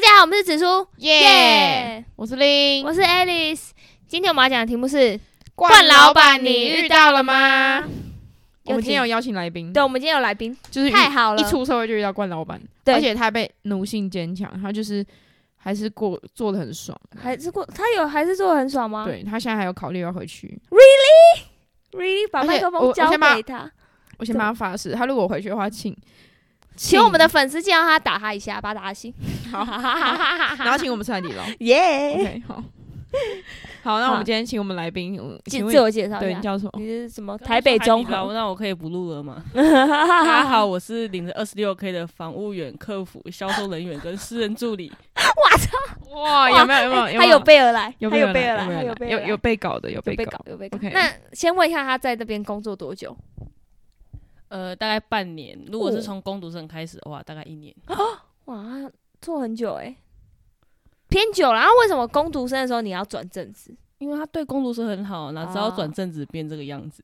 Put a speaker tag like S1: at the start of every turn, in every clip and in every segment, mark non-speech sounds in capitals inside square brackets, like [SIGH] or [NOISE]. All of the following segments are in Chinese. S1: 家好，我们是紫苏，
S2: 耶、我是林
S1: 我，是 Alice。今天我们要讲的题目是，
S2: 冠老板，你遇到了吗？我
S1: 有
S2: 们今
S1: 题
S2: 天有邀请来宾，
S1: 对，我们今天有来宾，
S2: 就是一
S1: 太好了
S2: 一，出社会就遇到冠老板，
S1: 对
S2: 而且他被奴性坚强，他就是还是过做的很爽，
S1: 还是过他有还是做的很爽吗？
S2: 对他现在还有考虑要回去。
S1: ，Really 把
S2: 而且
S1: 麦克
S2: 我
S1: 风
S2: 我
S1: 交
S2: 先把
S1: 给他，
S2: 我先
S1: 对
S2: 帮他发誓，他如果回去的话，请
S1: 请我们的粉丝见到他打他一下，把他打醒，
S2: 好，然后请我们吃海底捞。
S1: 耶！ [LAUGHS]
S2: OK，好，好，那我
S1: 好
S2: 们今天请我们来宾，我请
S1: 自
S2: 问
S1: 自我介绍一
S2: 对你
S1: 下，
S2: 叫什么？
S1: 你是什么台北中
S3: 好，
S1: 和？
S3: 那我可以不录了 [LAUGHS] 吗？大家好，我是领着二十六 K 的房务员、客服、销售人员跟私人助理。
S2: 哇，有没有有没有？
S1: 他
S2: 没
S1: 有备而来，
S2: 有
S1: 他
S2: 备
S1: 有
S2: 有
S1: 备而
S2: 来
S1: 来，他
S2: 有
S1: 有
S2: 备
S1: 备
S2: 有
S1: 而来
S2: 有被搞的，有被
S1: 有被
S2: 搞。
S1: 搞，有被搞。
S2: OK
S1: 那先问一下他在那边工作多久？
S3: [LAUGHS] 呃，大概半年，如果
S1: 哦
S3: 是从攻读生开始的话，大概一年。
S1: 哇，他做很久
S2: 欸
S1: 哎、偏久了。然后为什么攻读生的时候你要转正职？
S3: 因为他对攻读生很好，哪知道
S1: 啊
S3: 转正职变这个样子，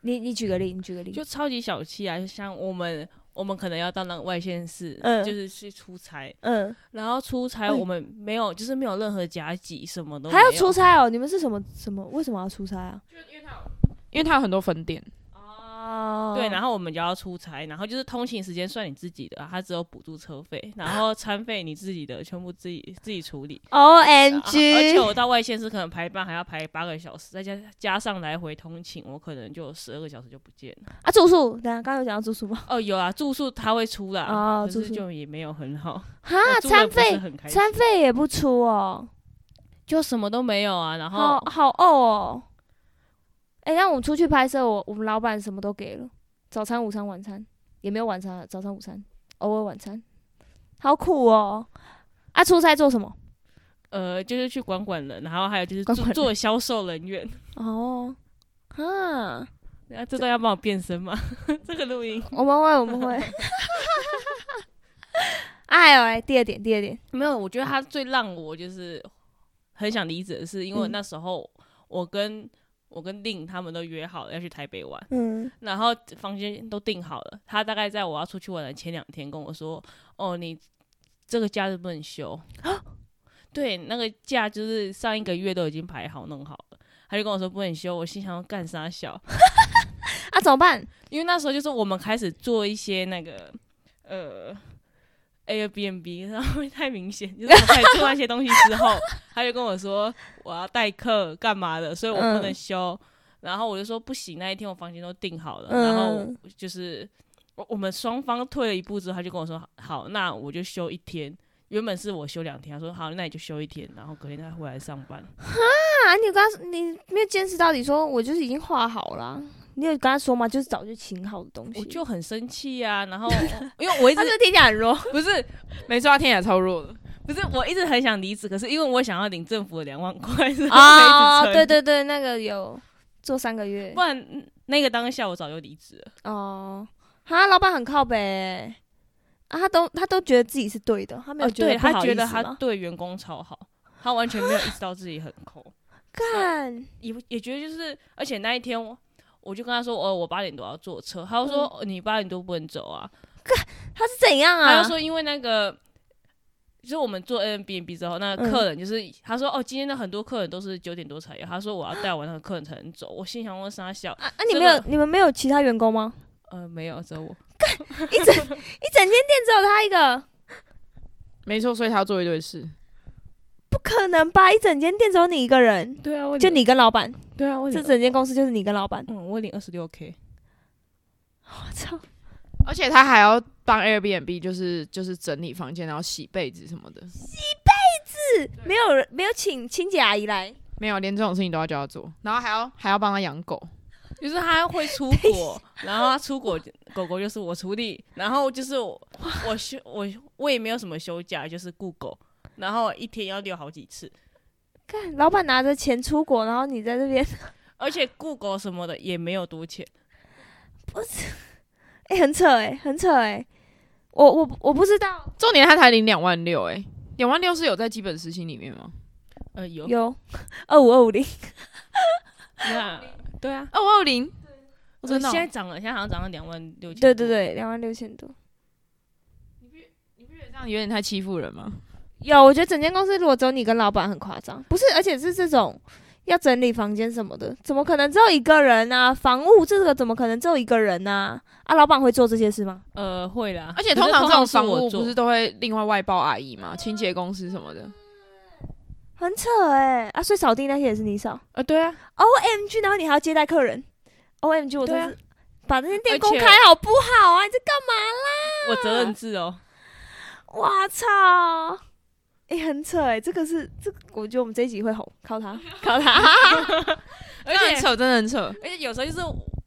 S1: 你你举个例，你举个例，
S3: 就超级小气啊！就像我们，我们可能要到那个外县市，
S1: 嗯
S3: 就是去出差，
S1: 嗯，
S3: 然后出差
S1: 哎
S3: 我们没有，就是没有任何加急，什么都
S1: 还要
S3: 没有
S1: 出差哦、你们是什么什么？为什么要出差啊？
S2: 因为他有很多分店，
S1: 哦
S3: 对，然后我们就要出差，然后就是通勤时间算你自己的啊，他只有补助车费，
S1: [LAUGHS]
S3: 然后餐费你自己的，全部自己自己处理。
S1: O
S3: 啊
S1: M
S3: 而且
S1: G，
S3: 我到外县市可能排班还要排八个小时，再加加上来回通勤，我可能就十二个小时就不见了。
S1: 啊，住宿，等一下刚刚有讲到住宿
S3: [LAUGHS]
S1: 吗？
S3: 哦，有啊，住宿他会出啦，
S1: 哦
S3: 可
S1: 住
S3: 是
S1: 宿
S3: 就也没有很好。
S1: 哈
S3: 我，住得
S1: 餐
S3: 不是
S1: 费
S3: 很开心，
S1: 餐费也不出哦、
S3: 就什么都没有啊。然后
S1: 好好哦哦。哎、那我们出去拍摄，我我们老板什么都给了，早餐、午餐、晚餐，也没有晚餐了，啊早餐、午餐，偶尔晚餐，好苦哦。啊，出差做什么？
S3: 呃，就是去管管人，然后还有就是
S1: 管
S3: 做
S1: 管人
S3: 做销售人员。
S1: 哦，啊，
S3: 那这段要帮我变身吗？ [LAUGHS] 这个录音
S1: [LAUGHS] 我们会，我们会。啊，还有 [LAUGHS] 哎，第二点，第二点，
S3: 没有，我觉得他最让我就是很想离职的是，因为
S1: 嗯
S3: 那时候我跟、我跟令他们都约好了要去台北玩，
S1: 嗯，
S3: 然后房间都订好了。他大概在我要出去玩的前两天跟我说：“哦，你这个假日不能休。 [GASPS] 对，那个假就是上一个月都已经排好弄好了。他就跟我说不能休，我心想要干啥小？
S1: 啊，怎么办？
S3: 因为那时候就是我们开始做一些那个呃 Airbnb，然后太明显，就是我开始做那些东西之后，他就跟我说我要代课干嘛的，所以我不
S1: 嗯
S3: 能休。然后我就说不行，那一天我房间都订好了，呃然后
S1: 嗯
S3: 就是我我们双方退了一步之后，他就跟我说好，那我就休一天。原本是我休两天，他说好，那你就休一天，然后隔天再回来上班。
S1: 啊，你有跟他说，你没有坚持到底说，我就是已经画好了啊、你有跟他说吗？就是早就请好的东西，
S3: 我就很生气呀、然后因为我一直
S1: 他是听起来很
S3: [LAUGHS]
S1: 弱，
S2: 不是没错，他天也超弱的。
S3: 不是，我一直很想离职，可是因为我想要领政府的两万块，所以
S1: 啊、
S3: 我一直撑
S1: 对，对对，那个有做三个月
S3: 不然嗯那个当下我早就离职了。
S1: 哦，哈，老板很靠北欸、啊，他都他都觉得自己是对的，他没有
S3: 哦
S1: 觉
S3: 对
S1: 得不
S3: 他
S1: 好
S3: 觉
S1: 意
S3: 得
S1: 思
S3: 他
S1: 吗？
S3: 对员工超好，他完全没有意识到自己很
S1: [LAUGHS]
S3: 抠，
S1: 干、
S3: 也也觉得就是，而且那一天我我就跟他说，哦，我八点多要坐车，他就说、哦你八点多不能走啊，
S1: 他是怎样嗯啊？
S3: 他就说因为那个。就是我们做 N B N B 之后，那个
S1: 嗯
S3: 客人就是、他说哦，今天的很多客人都是九点多才有，他说我要带完那个客人才能走。我心想我傻笑，
S1: 啊啊，你
S3: 这
S1: 没有
S3: 个
S1: 你们没有其他员工吗？
S3: 呃，没有，只有我。
S1: 一整一整间店只有他一个，
S2: 没错，所以他要做一堆事。
S1: 不可能吧？一整间店只有你一个人，
S3: 对啊，我
S1: 就你跟老板，
S3: 对啊，我
S1: 这整间公司就是你跟老板。
S3: 嗯，我领二十六 k，
S1: 我操！
S2: 而且他还要帮 Airbnb，就是就是整理房间，然后洗被子什么的，
S1: 没有人没有请清洁阿姨来，
S2: 没有，连这种事情都要叫他做，然后还要还要帮他养狗。
S3: 就是他会 [LAUGHS] 出国，然后他出国狗狗就是我处理，然后就是我我休我我也没有什么休假，就是雇狗，然后一天要遛好几次，
S1: 看老板拿着钱出国，然后你在这 [LAUGHS] 边，
S3: 而且雇狗什么的也没有多钱，
S1: 哎、很扯哎、很扯哎、我我我不知道
S2: 重点他才领两万六，哎，两万六是有在基本时薪里面吗？
S3: 呃有
S1: 有二五二哦五零，
S3: 那对啊，呃
S2: 二五二零，我真的
S3: 现
S2: 哦
S3: 在涨了，现在好像涨到两万六千，
S1: 对对，对，两万六千多，
S2: 这样有点太欺负人吗？
S1: 有，我觉得整间公司如果只有你跟老板很夸张，不是，而且是这种要整理房间什么的，怎么可能只有一个人啊？房务这个怎么可能只有一个人啊？啊，老板会做这些事吗？
S3: 呃，会啦，
S2: 而且
S3: 可是
S2: 通常这种房
S3: 是我
S2: 屋
S3: 做
S2: 不是都会另外外包阿姨嘛，清洁公司什么的。
S1: 很扯哎、啊，所以扫地那些也是你扫
S2: 啊，对啊，
S1: ，M G，然后你还要接待客人，O M G，我真
S2: 对啊
S1: 是、把那些店
S3: 而
S1: 公
S3: 且
S1: 开好不好啊？你在干嘛？
S3: 我责任制哦。
S1: 哇操！哎、很扯哎、这个是这个，我觉得我们这一集会红，靠他，靠他。
S3: [LAUGHS] 而
S2: 那很
S3: 且
S2: 扯，真的很扯。
S3: 而且有时候就是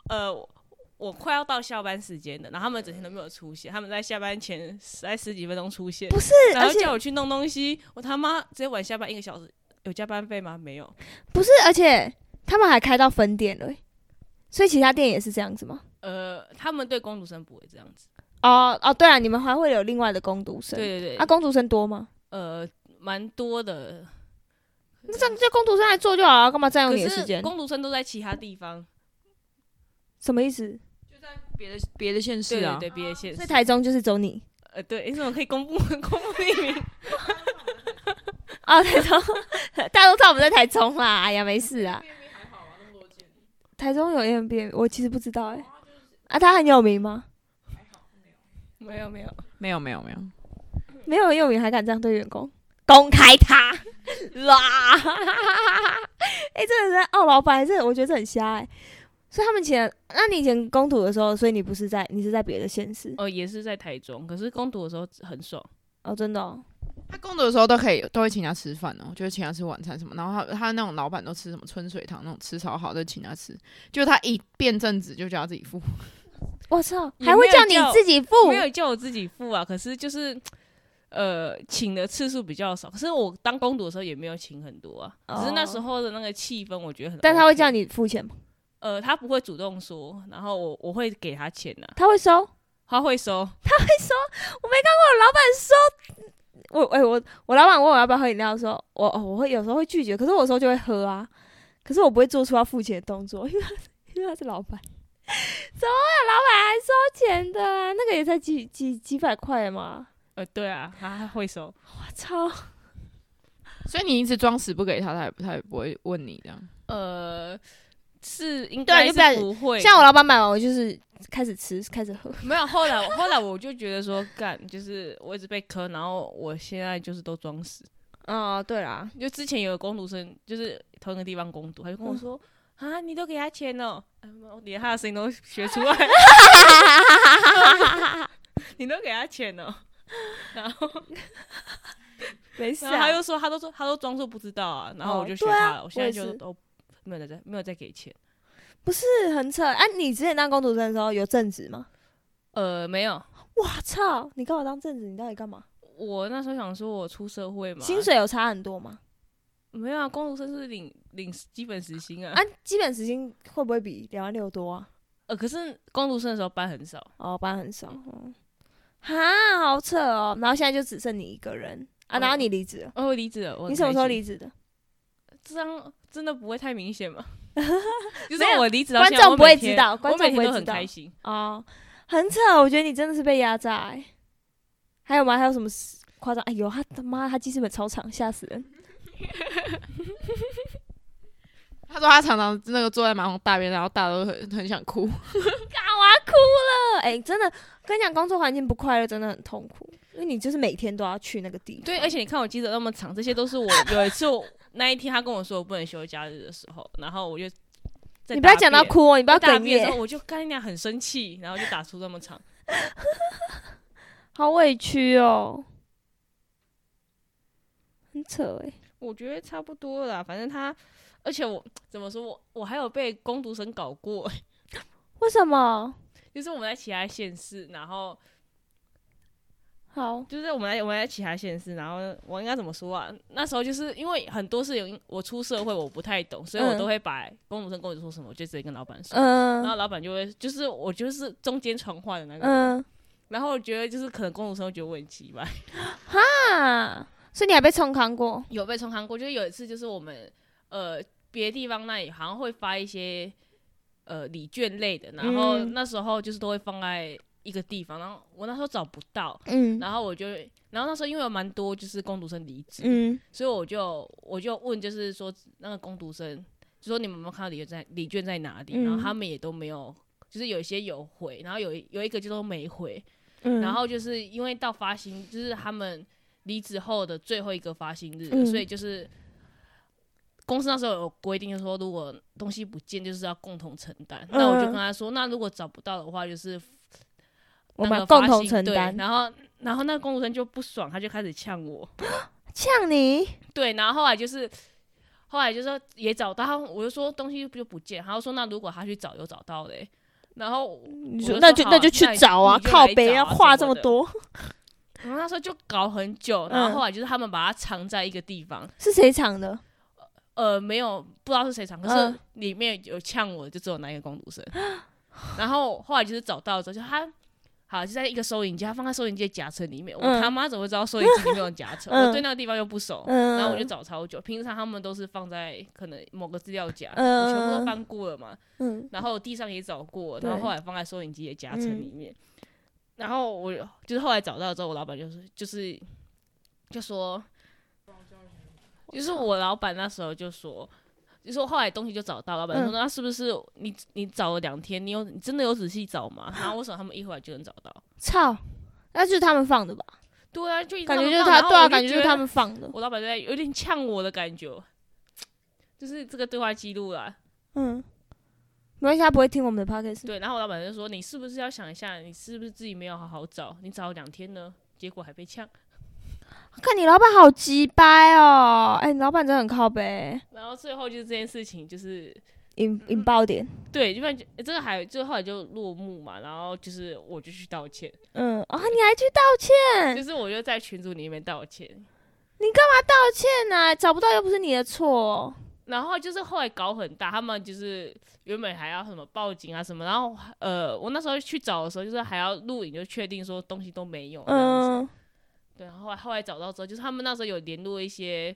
S3: 呃，我我快要到下班时间了，然后他们整天都没有出现，他们在下班前十来十几分钟出现，
S1: 不是，
S3: 然
S1: 而
S3: 后
S1: 且
S3: 叫我去弄东西，我他妈直接晚下班一个小时，有加班费吗？没有，
S1: 不是，而且他们还开到分店了欸、所以其他店也是这样子吗？
S3: 呃，他们对工读生不会这样子，
S1: 哦哦，对啊，你们还会有另外的工读生，
S3: 对对对，
S1: 啊，工读生多吗？
S3: 呃，蛮多的，
S1: 那这样叫工读生来做就好啊了，干嘛占用
S3: 可
S1: 你的时
S3: 是
S1: 间？
S3: 工读生都在其他地方，
S1: 什么意思？
S2: 别的别的县市
S3: 对
S2: 啊，
S3: 对对，毕业现
S1: 所以
S3: 实，
S1: 台中就是走你
S3: 呃，对，你怎么可以公布 [LAUGHS] 公布地名？
S1: 啊、台中大家都知道我们在台中啦，哎呀，没事啊。台中有 A M B，我其实不知道哎、啊，他很有名吗？
S3: 没有没有，
S2: 没有没有没有，
S1: 没有很有名还敢这样对员工，公开他啦！哎、真的是哦，老板，这我觉得这很瞎哎、所以他们以前，那你以前攻读的时候，所以你不是在，你是在别的县市
S3: 呃，也是在台中，可是攻读的时候很爽，
S1: 哦，真的、哦。
S2: 他工作的时候都可以都会请他吃饭哦，就是请他吃晚餐什么。然后他他那种老板都吃什么春水堂那种吃超好的，请他吃。就他一变正职就叫他自己付，
S1: 我操，
S3: 也
S1: 还会
S3: 没有
S1: 叫你
S3: 叫
S1: 自己付？
S3: 没有叫我自己付啊，可是就是。呃，请的次数比较少，可是我当公主的时候也没有请很多啊，
S1: 哦
S3: 只是那时候的那个气氛我觉得很、
S1: 但他会
S3: 样，
S1: 叫你付钱吗？
S3: 呃，他不会主动说，然后我我会给他钱呐、啊，
S1: 他会收？我
S3: 他会收，
S1: 我哎、我我老板问我要不要喝饮料的时候，我哦我会有时候会拒绝，可是我有时候就会喝啊，可是我不会做出要付钱的动作， [LAUGHS] 因为他是因为他是老板，怎么会有老板还收钱的啊、那个也才几几几百块嘛，
S3: 呃，对啊，他会收，
S1: 我操！
S2: [LAUGHS] 所以你一直装死不给他，他也他也不会问你这样。
S3: 呃，是应
S1: 对啊
S3: 该
S1: 就不要
S3: 是不会，
S1: 像我老板买完，我就是开始吃，开始喝。
S3: 没有，后来后来我就觉得说，干，就是我一直被坑，然后我现在就是都装死。
S1: 哦，对啦，
S3: 就之前有个工读生，就是同一个地方工读，他就跟我说、
S1: 嗯
S3: 啊，你都给他钱哦、哎妈我连他的声音都学出
S1: [LAUGHS]
S3: 来，你都给他钱哦、 [LAUGHS] 然
S1: [LAUGHS]
S3: 后，
S1: 没事
S3: 然后他
S1: 啊。
S3: 又说，他都说，他都装作不知道啊。然后我就
S1: 哦
S3: 学
S1: 对啊
S3: 他了，我现在
S1: 我也是
S3: 就都没有再没有再给钱。
S1: 不是很扯。哎、你之前当工读生的时候有正职吗？
S3: 呃，没有，
S1: 我操，你干嘛当正职？你到底干嘛？
S3: 我那时候想说，我出社会嘛，
S1: 薪水有差很多吗？
S3: 没有啊，工读生是领领基本时薪啊
S1: 啊，基本时薪会不会比两万六多啊？
S3: 呃，可是工读生的时候班很少，
S1: 哦，班很少。嗯哈，好扯哦。然后现在就只剩你一个人啊，
S3: 哦
S1: 然后你离职了。
S3: 哦，我离职了。我很
S1: 你什么时候
S3: 开心？
S1: 离职的？
S3: 这样真的不会太明
S1: [LAUGHS]
S3: 显吗？就是
S1: 没有
S3: 我离职到
S1: 观
S3: 现在，
S1: 众
S3: 我
S1: 不会
S3: 每天
S1: 知道，观
S3: 我每
S1: 众不会
S3: 天都
S1: 知
S3: 很
S1: 道
S3: 开。心。
S1: 哦，很扯，我觉得你真的是被压榨、欸。还有吗？还有什么事夸张？哎呦，他他妈，他记事本超长，吓死人！
S2: 他说他常常那个坐在马桶大便，然后大家都很很想哭。
S1: 啊，我要哭了！哎、真的，跟你讲，工作环境不快乐真的很痛苦，因为你就是每天都要去那个地方。
S3: 对，而且你看我记得那么长，这些都是我 [LAUGHS] 有一次我那一天他跟我说我不能休假日的时候，然后我就在
S1: 你不要
S3: 大
S1: 讲到
S3: 便，
S1: 哭哦，你不
S3: 不
S1: 要
S3: 大
S1: 哽
S3: 便的时
S1: 咽，
S3: 候我就干俩很生气，然后就打出这么长。
S1: 好委屈哦，很扯哎、
S3: 我觉得差不多了啦，反正他，而且我怎么说我我还有被工读生搞过， [LAUGHS]
S1: 为什么？
S3: 就是我们在其他县市，然后
S1: 好，
S3: 就是我们来我们来其他县市，然后我应该怎么说啊？那时候就是因为很多事情我出社会我不太懂，所以我
S1: 嗯
S3: 都会把公主生公主说什么，我就直接跟老板说。然
S1: 嗯
S3: 后老板就会，就是我就是中间传话的那个，
S1: 嗯
S3: 然后我觉得就是可能公主生会觉得我很奇怪， [LAUGHS]
S1: 啊，所以你还被冲康过？
S3: 有被冲康过。就是有一次，就是我们呃别的地方那里好像会发一些呃礼券类的，然后
S1: 嗯
S3: 那时候就是都会放在一个地方，然后我那时候找不到，
S1: 嗯
S3: 然后我就，然后那时候因为有蛮多就是工读生离职，
S1: 嗯
S3: 所以我就我就问，就是说那个工读生，就说你们有没有看到礼券在礼券在哪里？
S1: 嗯
S3: 然后他们也都没有，就是有一些有回，然后有一有一个就都没回。
S1: 嗯，
S3: 然后就是因为到发薪，就是他们离职后的最后一个发薪日了，
S1: 嗯
S3: 所以就是公司那时候有规定，就是说如果东西不见，就是要共同承担。那
S1: 嗯
S3: 我就跟他说，那如果找不到的话，就是
S1: 我
S3: 那
S1: 们
S3: 个
S1: 共
S3: 发
S1: 同
S3: 薪
S1: 承
S3: 对
S1: 担，
S3: 然后然后那个工读生就不爽，他就开始呛我。
S1: 像你，
S3: 对，然后后来就是，后来就是也找到，我就说东西就不见，他就说那如果他去找有找到嘞、然后
S1: 你
S3: 我
S1: 说
S3: 就
S1: 那
S3: 说
S1: 就
S3: 好
S1: 那就
S3: 那
S1: 去
S3: 你
S1: 找啊，
S3: 你就
S1: 靠
S3: 来
S1: 北
S3: 找
S1: 啊，
S3: 啊什
S1: 话
S3: 么
S1: 这么
S3: 的
S1: 多，
S3: 我们那时候就搞很久，然
S1: 嗯
S3: 后后来就是他们把它藏在一个地方，
S1: [LAUGHS] 是谁抢的？
S3: 呃，没有不知道是谁藏，可是
S1: 嗯
S3: 里面有呛我的就只有那一个工读生， [GASPS] 然后后来就是找到之后就他。好，就在一个收银机，他放在收银机的夹层里面。我
S1: 嗯
S3: 他妈怎么会知道收银机里面有夹层？
S1: 嗯
S3: 我对那个地方又不熟。
S1: 嗯，
S3: 然后我就找超久。平常他们都是放在可能某个资料夹，
S1: 嗯
S3: 我全部都翻过了嘛，
S1: 嗯
S3: 然后地上也找过，
S1: 对嗯
S3: 然后后来放在收银机的夹层里面。然后我就是后来找到之后，我老板就是就是就说，就是我老板那时候就说。就说后来东西就找到，老板说：“
S1: 嗯
S3: 那是不是你你找了两天？你有你真的有仔细找吗？”然后为什么他们一回来就能找到？
S1: 操，那就是他们放的吧？
S3: 对啊，就一直
S1: 感
S3: 他
S1: 觉
S3: 们
S1: 就是
S3: 放
S1: 他，
S3: 然后
S1: 对
S3: 我
S1: 啊，
S3: 就
S1: 感觉就
S3: 觉
S1: 是
S3: 得
S1: 他们放的。
S3: 我老板在有点呛我的感觉，就是这个对话记录啊啦。
S1: 嗯，没关系，他不会听我们的 podcast。
S3: 对，然后我老板就说：“你是不是要想一下，你是不是自己没有好好找？你找了两天呢，结果还被呛。
S1: 看你老板好鸡掰哦，哎、你老板真的很靠北，”
S3: 然后最后就是这件事情，就是
S1: 引引爆点。
S3: 对，就反正这个还就后来就落幕嘛。然后就是我就去道歉，
S1: 嗯啊，你还去道嗯
S3: 就是我就在群组里面道歉。
S1: 歉呢、找不到又不是你的错。
S3: 然后就是后来搞很大，他们就是原本还要什么报警啊什么，然后呃，我那时候去找的时候，就是还要录影，就确定说东西都没有。嗯，
S1: 嗯
S3: 对，然后后来后来找到之后，就是他们那时候有联络一些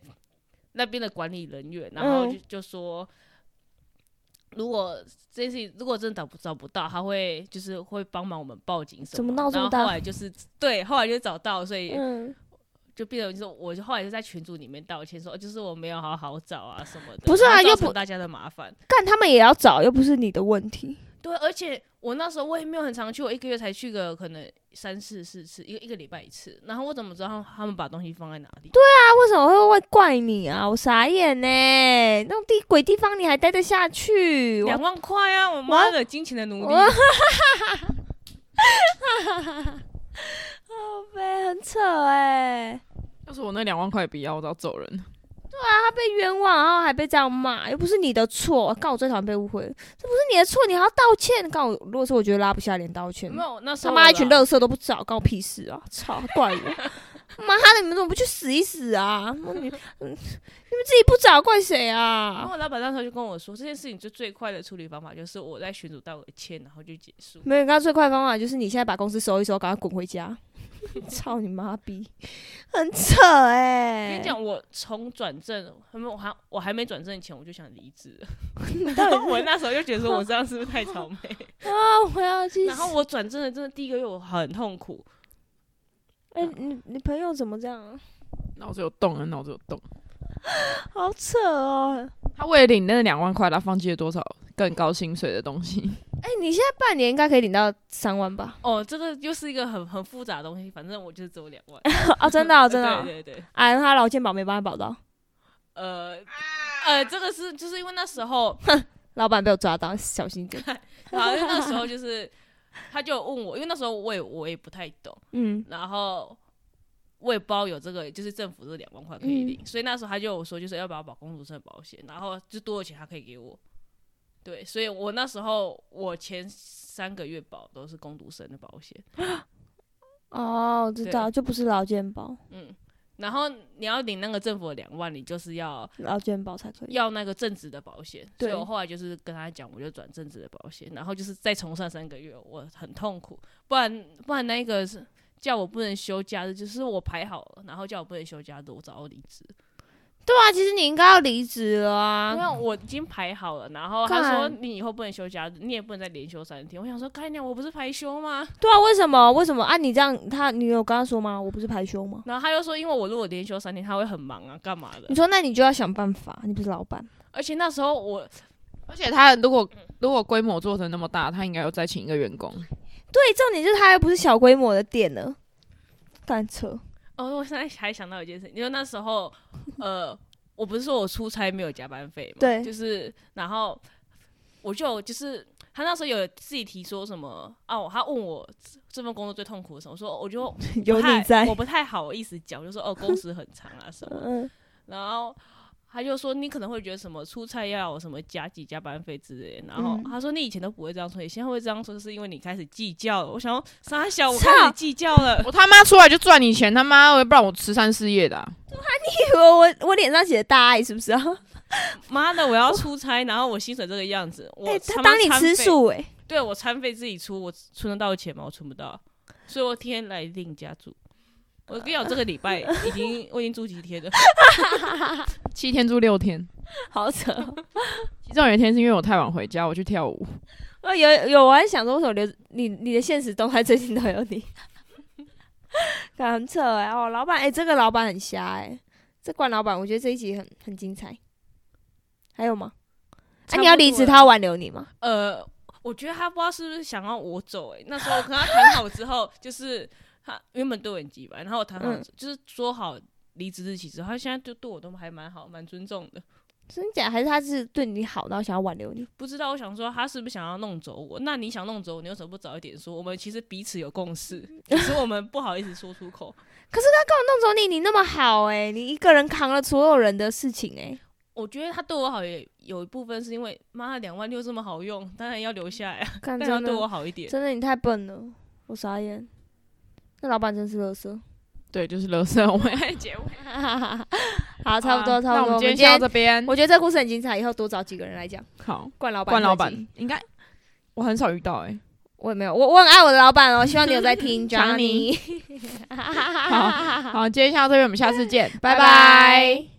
S3: 那边的管理人员，然后就、
S1: 嗯
S3: 就说，如果这件事情如果真的找不找不到，他会就是会帮忙我们报警什
S1: 怎么
S3: 么。
S1: 闹这
S3: 然
S1: 么
S3: 后
S1: 大
S3: 后来就是对，后来就找到，所以
S1: 嗯，
S3: 就变成就是我就后来就在群组里面道歉说，哦就是我没有好好找啊什么的，
S1: 不是啊
S3: 然后造
S1: 又不
S3: 成大家的麻烦。
S1: 干他们也要找，又不是你的问题。
S3: 对，而且我那时候我也没有很常去，我一个月才去个可能三四四次，一个一个礼拜一次。然后我怎么知道他们他们把东西放在哪里？
S1: 他、啊为什么会问怪你啊？我傻眼呢、那种地鬼地方你还待得下去？我
S3: 两万块啊！我妈的，金钱的奴隶。
S1: 我靠北很扯哎、
S2: 要是我那两万块也不要，我早走人了。
S1: 他被冤枉，然后还被这样骂，又不是你的错。告我最讨厌被误会了，这不是你的错，你还要道歉。告我，如果是我觉得拉不下脸道歉，
S3: 没有，那时
S1: 他
S3: 候
S1: 妈
S3: 我
S1: 一群
S3: 老
S1: 乐色都不找，关我屁事啊！操，怪我！妈的，你们怎么不去死一死啊？你们你们自己不找，怪谁
S3: 然
S1: 啊？
S3: 后老板那时候就跟我说，这件事情就最快的处理方法就是我在群主道个歉，然后就结束。
S1: 没有，刚刚最快的方法就是你现在把公司收一收，赶快滚回家。 [LAUGHS] 操你妈逼，很扯哎、
S3: 跟你讲，我从转正，还没有我还我还没转正前，我就想离职
S1: [LAUGHS]
S3: 了。
S1: 你到
S3: 然
S1: 底
S3: 后我那时候就觉得说，我这样是不是太
S1: [LAUGHS]
S3: 草莓？
S1: 啊，我要去死。
S3: 然后我转正的真的第一个月我很痛苦，
S1: 哎、你你朋友怎么这样啊？
S2: 脑子有洞啊，脑子有洞。
S1: 好扯哦！
S2: 他为了领那两万块，他放弃了多少更高薪水的东西？
S1: 哎、你现在半年应该可以领到三万吧？
S3: 哦，这个又是一个很很复杂的东西。反正我就是只有两万，
S1: [LAUGHS] 啊，真的、哦，真的、 [LAUGHS] 哦。
S3: 对对对，
S1: 哎，他劳健保没办法保到，
S3: 呃呃，这个是就是因为那时候
S1: 老板被我抓到，小心一点。
S3: 然后那时候就是，他就问我，因为那时候我也我也不太懂，
S1: 嗯
S3: 然后我也不知道有这个，就是政府这两万块可以领，所以那时候他就有说，就是要不要保公主证保险，然后就多的钱他可以给我。对，所以我那时候我前三个月保都是公读生的保险，
S1: 哦，我知道，就不是劳健保，
S3: 嗯，然后你要领那个政府的两万，你就是要
S1: 劳健保才可以。
S3: 要那个正职的保险，所
S1: 对
S3: 以我后来就是跟他讲，我就转正职的保险，然后就是再重上三个月，我很痛苦，不然不然那个是叫我不能休假日，就是我排好了，然后叫我不能休假日，我早要离职。
S1: 对啊，其实你应该要离职了
S3: 因
S1: 啊。
S3: 为我已经排好了，然后他说
S1: 干
S3: 你以后不能休假，你也不能再连休三天。我想说，干娘，我不是排休吗？
S1: 对啊，为什么？为什么啊？你这样，他你有跟他说吗？我不是排休吗？
S3: 然后他又说，因为我如果连休三天，他会很忙啊，干嘛的
S1: 你？说那你就要想办法，你不是老板。
S3: 而且那时候我
S2: [LAUGHS] 而且他如果如果规模做成那么大，他应该要再请一个员工。
S1: 对，重点就是他又不是小规模的店了，干扯。
S3: 哦，我现在还想到一件事，因为那时候，呃，我不是说我出差没有加班费嘛，
S1: 对 [LAUGHS]
S3: 就是然后我就就是他那时候有自己提说什么啊，我他问我这份工作最痛苦的什么，我说我就
S1: 有
S3: 不太
S1: 你在
S3: 我不太好意思讲，我就说哦工时很长啊什么，
S1: 嗯，
S3: 然后。他就说你可能会觉得什么出差要有什么加几加班费之类的，然后
S1: 嗯
S3: 他说你以前都不会这样说，你现在会这样说，是因为你开始计较了。我想要傻小，我
S1: 操
S3: 开始计较了。
S2: [LAUGHS] 我他妈出来就赚你钱，他妈我也不让我吃三四夜的啊、
S1: [LAUGHS] 我我我脸上写的大爱是不是啊？
S3: 妈的，我要出差，然后我薪水这个样子，
S1: [LAUGHS]
S3: 我、
S1: 哎、他
S3: 妈
S1: 当你
S3: 餐
S1: 吃
S3: 费，
S1: 素哎、
S3: 对啊我餐费自己出，我存得到钱吗？我存不到，啊所以我天天来另家住。我跟你讲，这个礼拜已经我已经住几天了，
S1: 啊
S2: 七天住六天，
S1: [LAUGHS] 好扯 [LAUGHS] 哦。
S2: 其中有一天是因为我太晚回家，我去跳舞。
S1: 呃，有有，我还想说，为什么留你你的现实动态最近都有你？ [LAUGHS] 感觉很扯哎、哦，老板哎、这个老板很瞎哎、这管老板，我觉得这一集很很精彩。还有吗？哎、
S3: 差
S1: 你要
S3: 不多
S1: 离职，
S3: 了
S1: 他要挽留你吗？
S3: 呃，我觉得他不知道是不是想要我走、欸，那时候我跟他谈好之后，就是他原本对我很急吧，然后我谈好、
S1: 嗯
S3: 就是说好离职日期之后，他现在就对我都还蛮好，蛮尊重的。
S1: 真假？还是他是对你好，然后想要挽留你？
S3: 不知道，我想说他是不是想要弄走我？那你想弄走我，你为什么不早一点说？我们其实彼此有共识，只是我们不好意思说出口。
S1: 弄走你，你那么好哎、你一个人扛了所有人的事情哎、 [LAUGHS]
S3: 我觉得他对我好也有一部分是因为妈的两万六这么好用，当然要留下来啊，
S1: 看
S3: 但要
S1: 真
S3: 对我
S1: 的，
S3: 好一点。
S1: 真的你太笨了，我傻眼。那老板真是乐 [LAUGHS] 色。
S2: 对，就是乐
S1: [LAUGHS]
S2: 色，我们结尾
S1: 好，差不
S2: 好
S1: 多，
S2: 啊
S1: 差
S2: 那
S1: 不
S2: 我
S1: 多。
S2: 们今天先到这边。
S1: 我觉得这故事很精彩，以后多找几个人来讲。
S2: 好，
S1: 冠老板，
S2: 冠老板，应该我很少遇到
S1: [LAUGHS]
S2: 哎、
S1: 我也没有，我我很爱我的老板哦，希望你有在 [LAUGHS] 听 [LAUGHS]
S2: 查
S1: ，Johnny，
S2: 好，今天先到这边，我们下次见，
S1: 拜
S2: 拜拜
S1: 拜。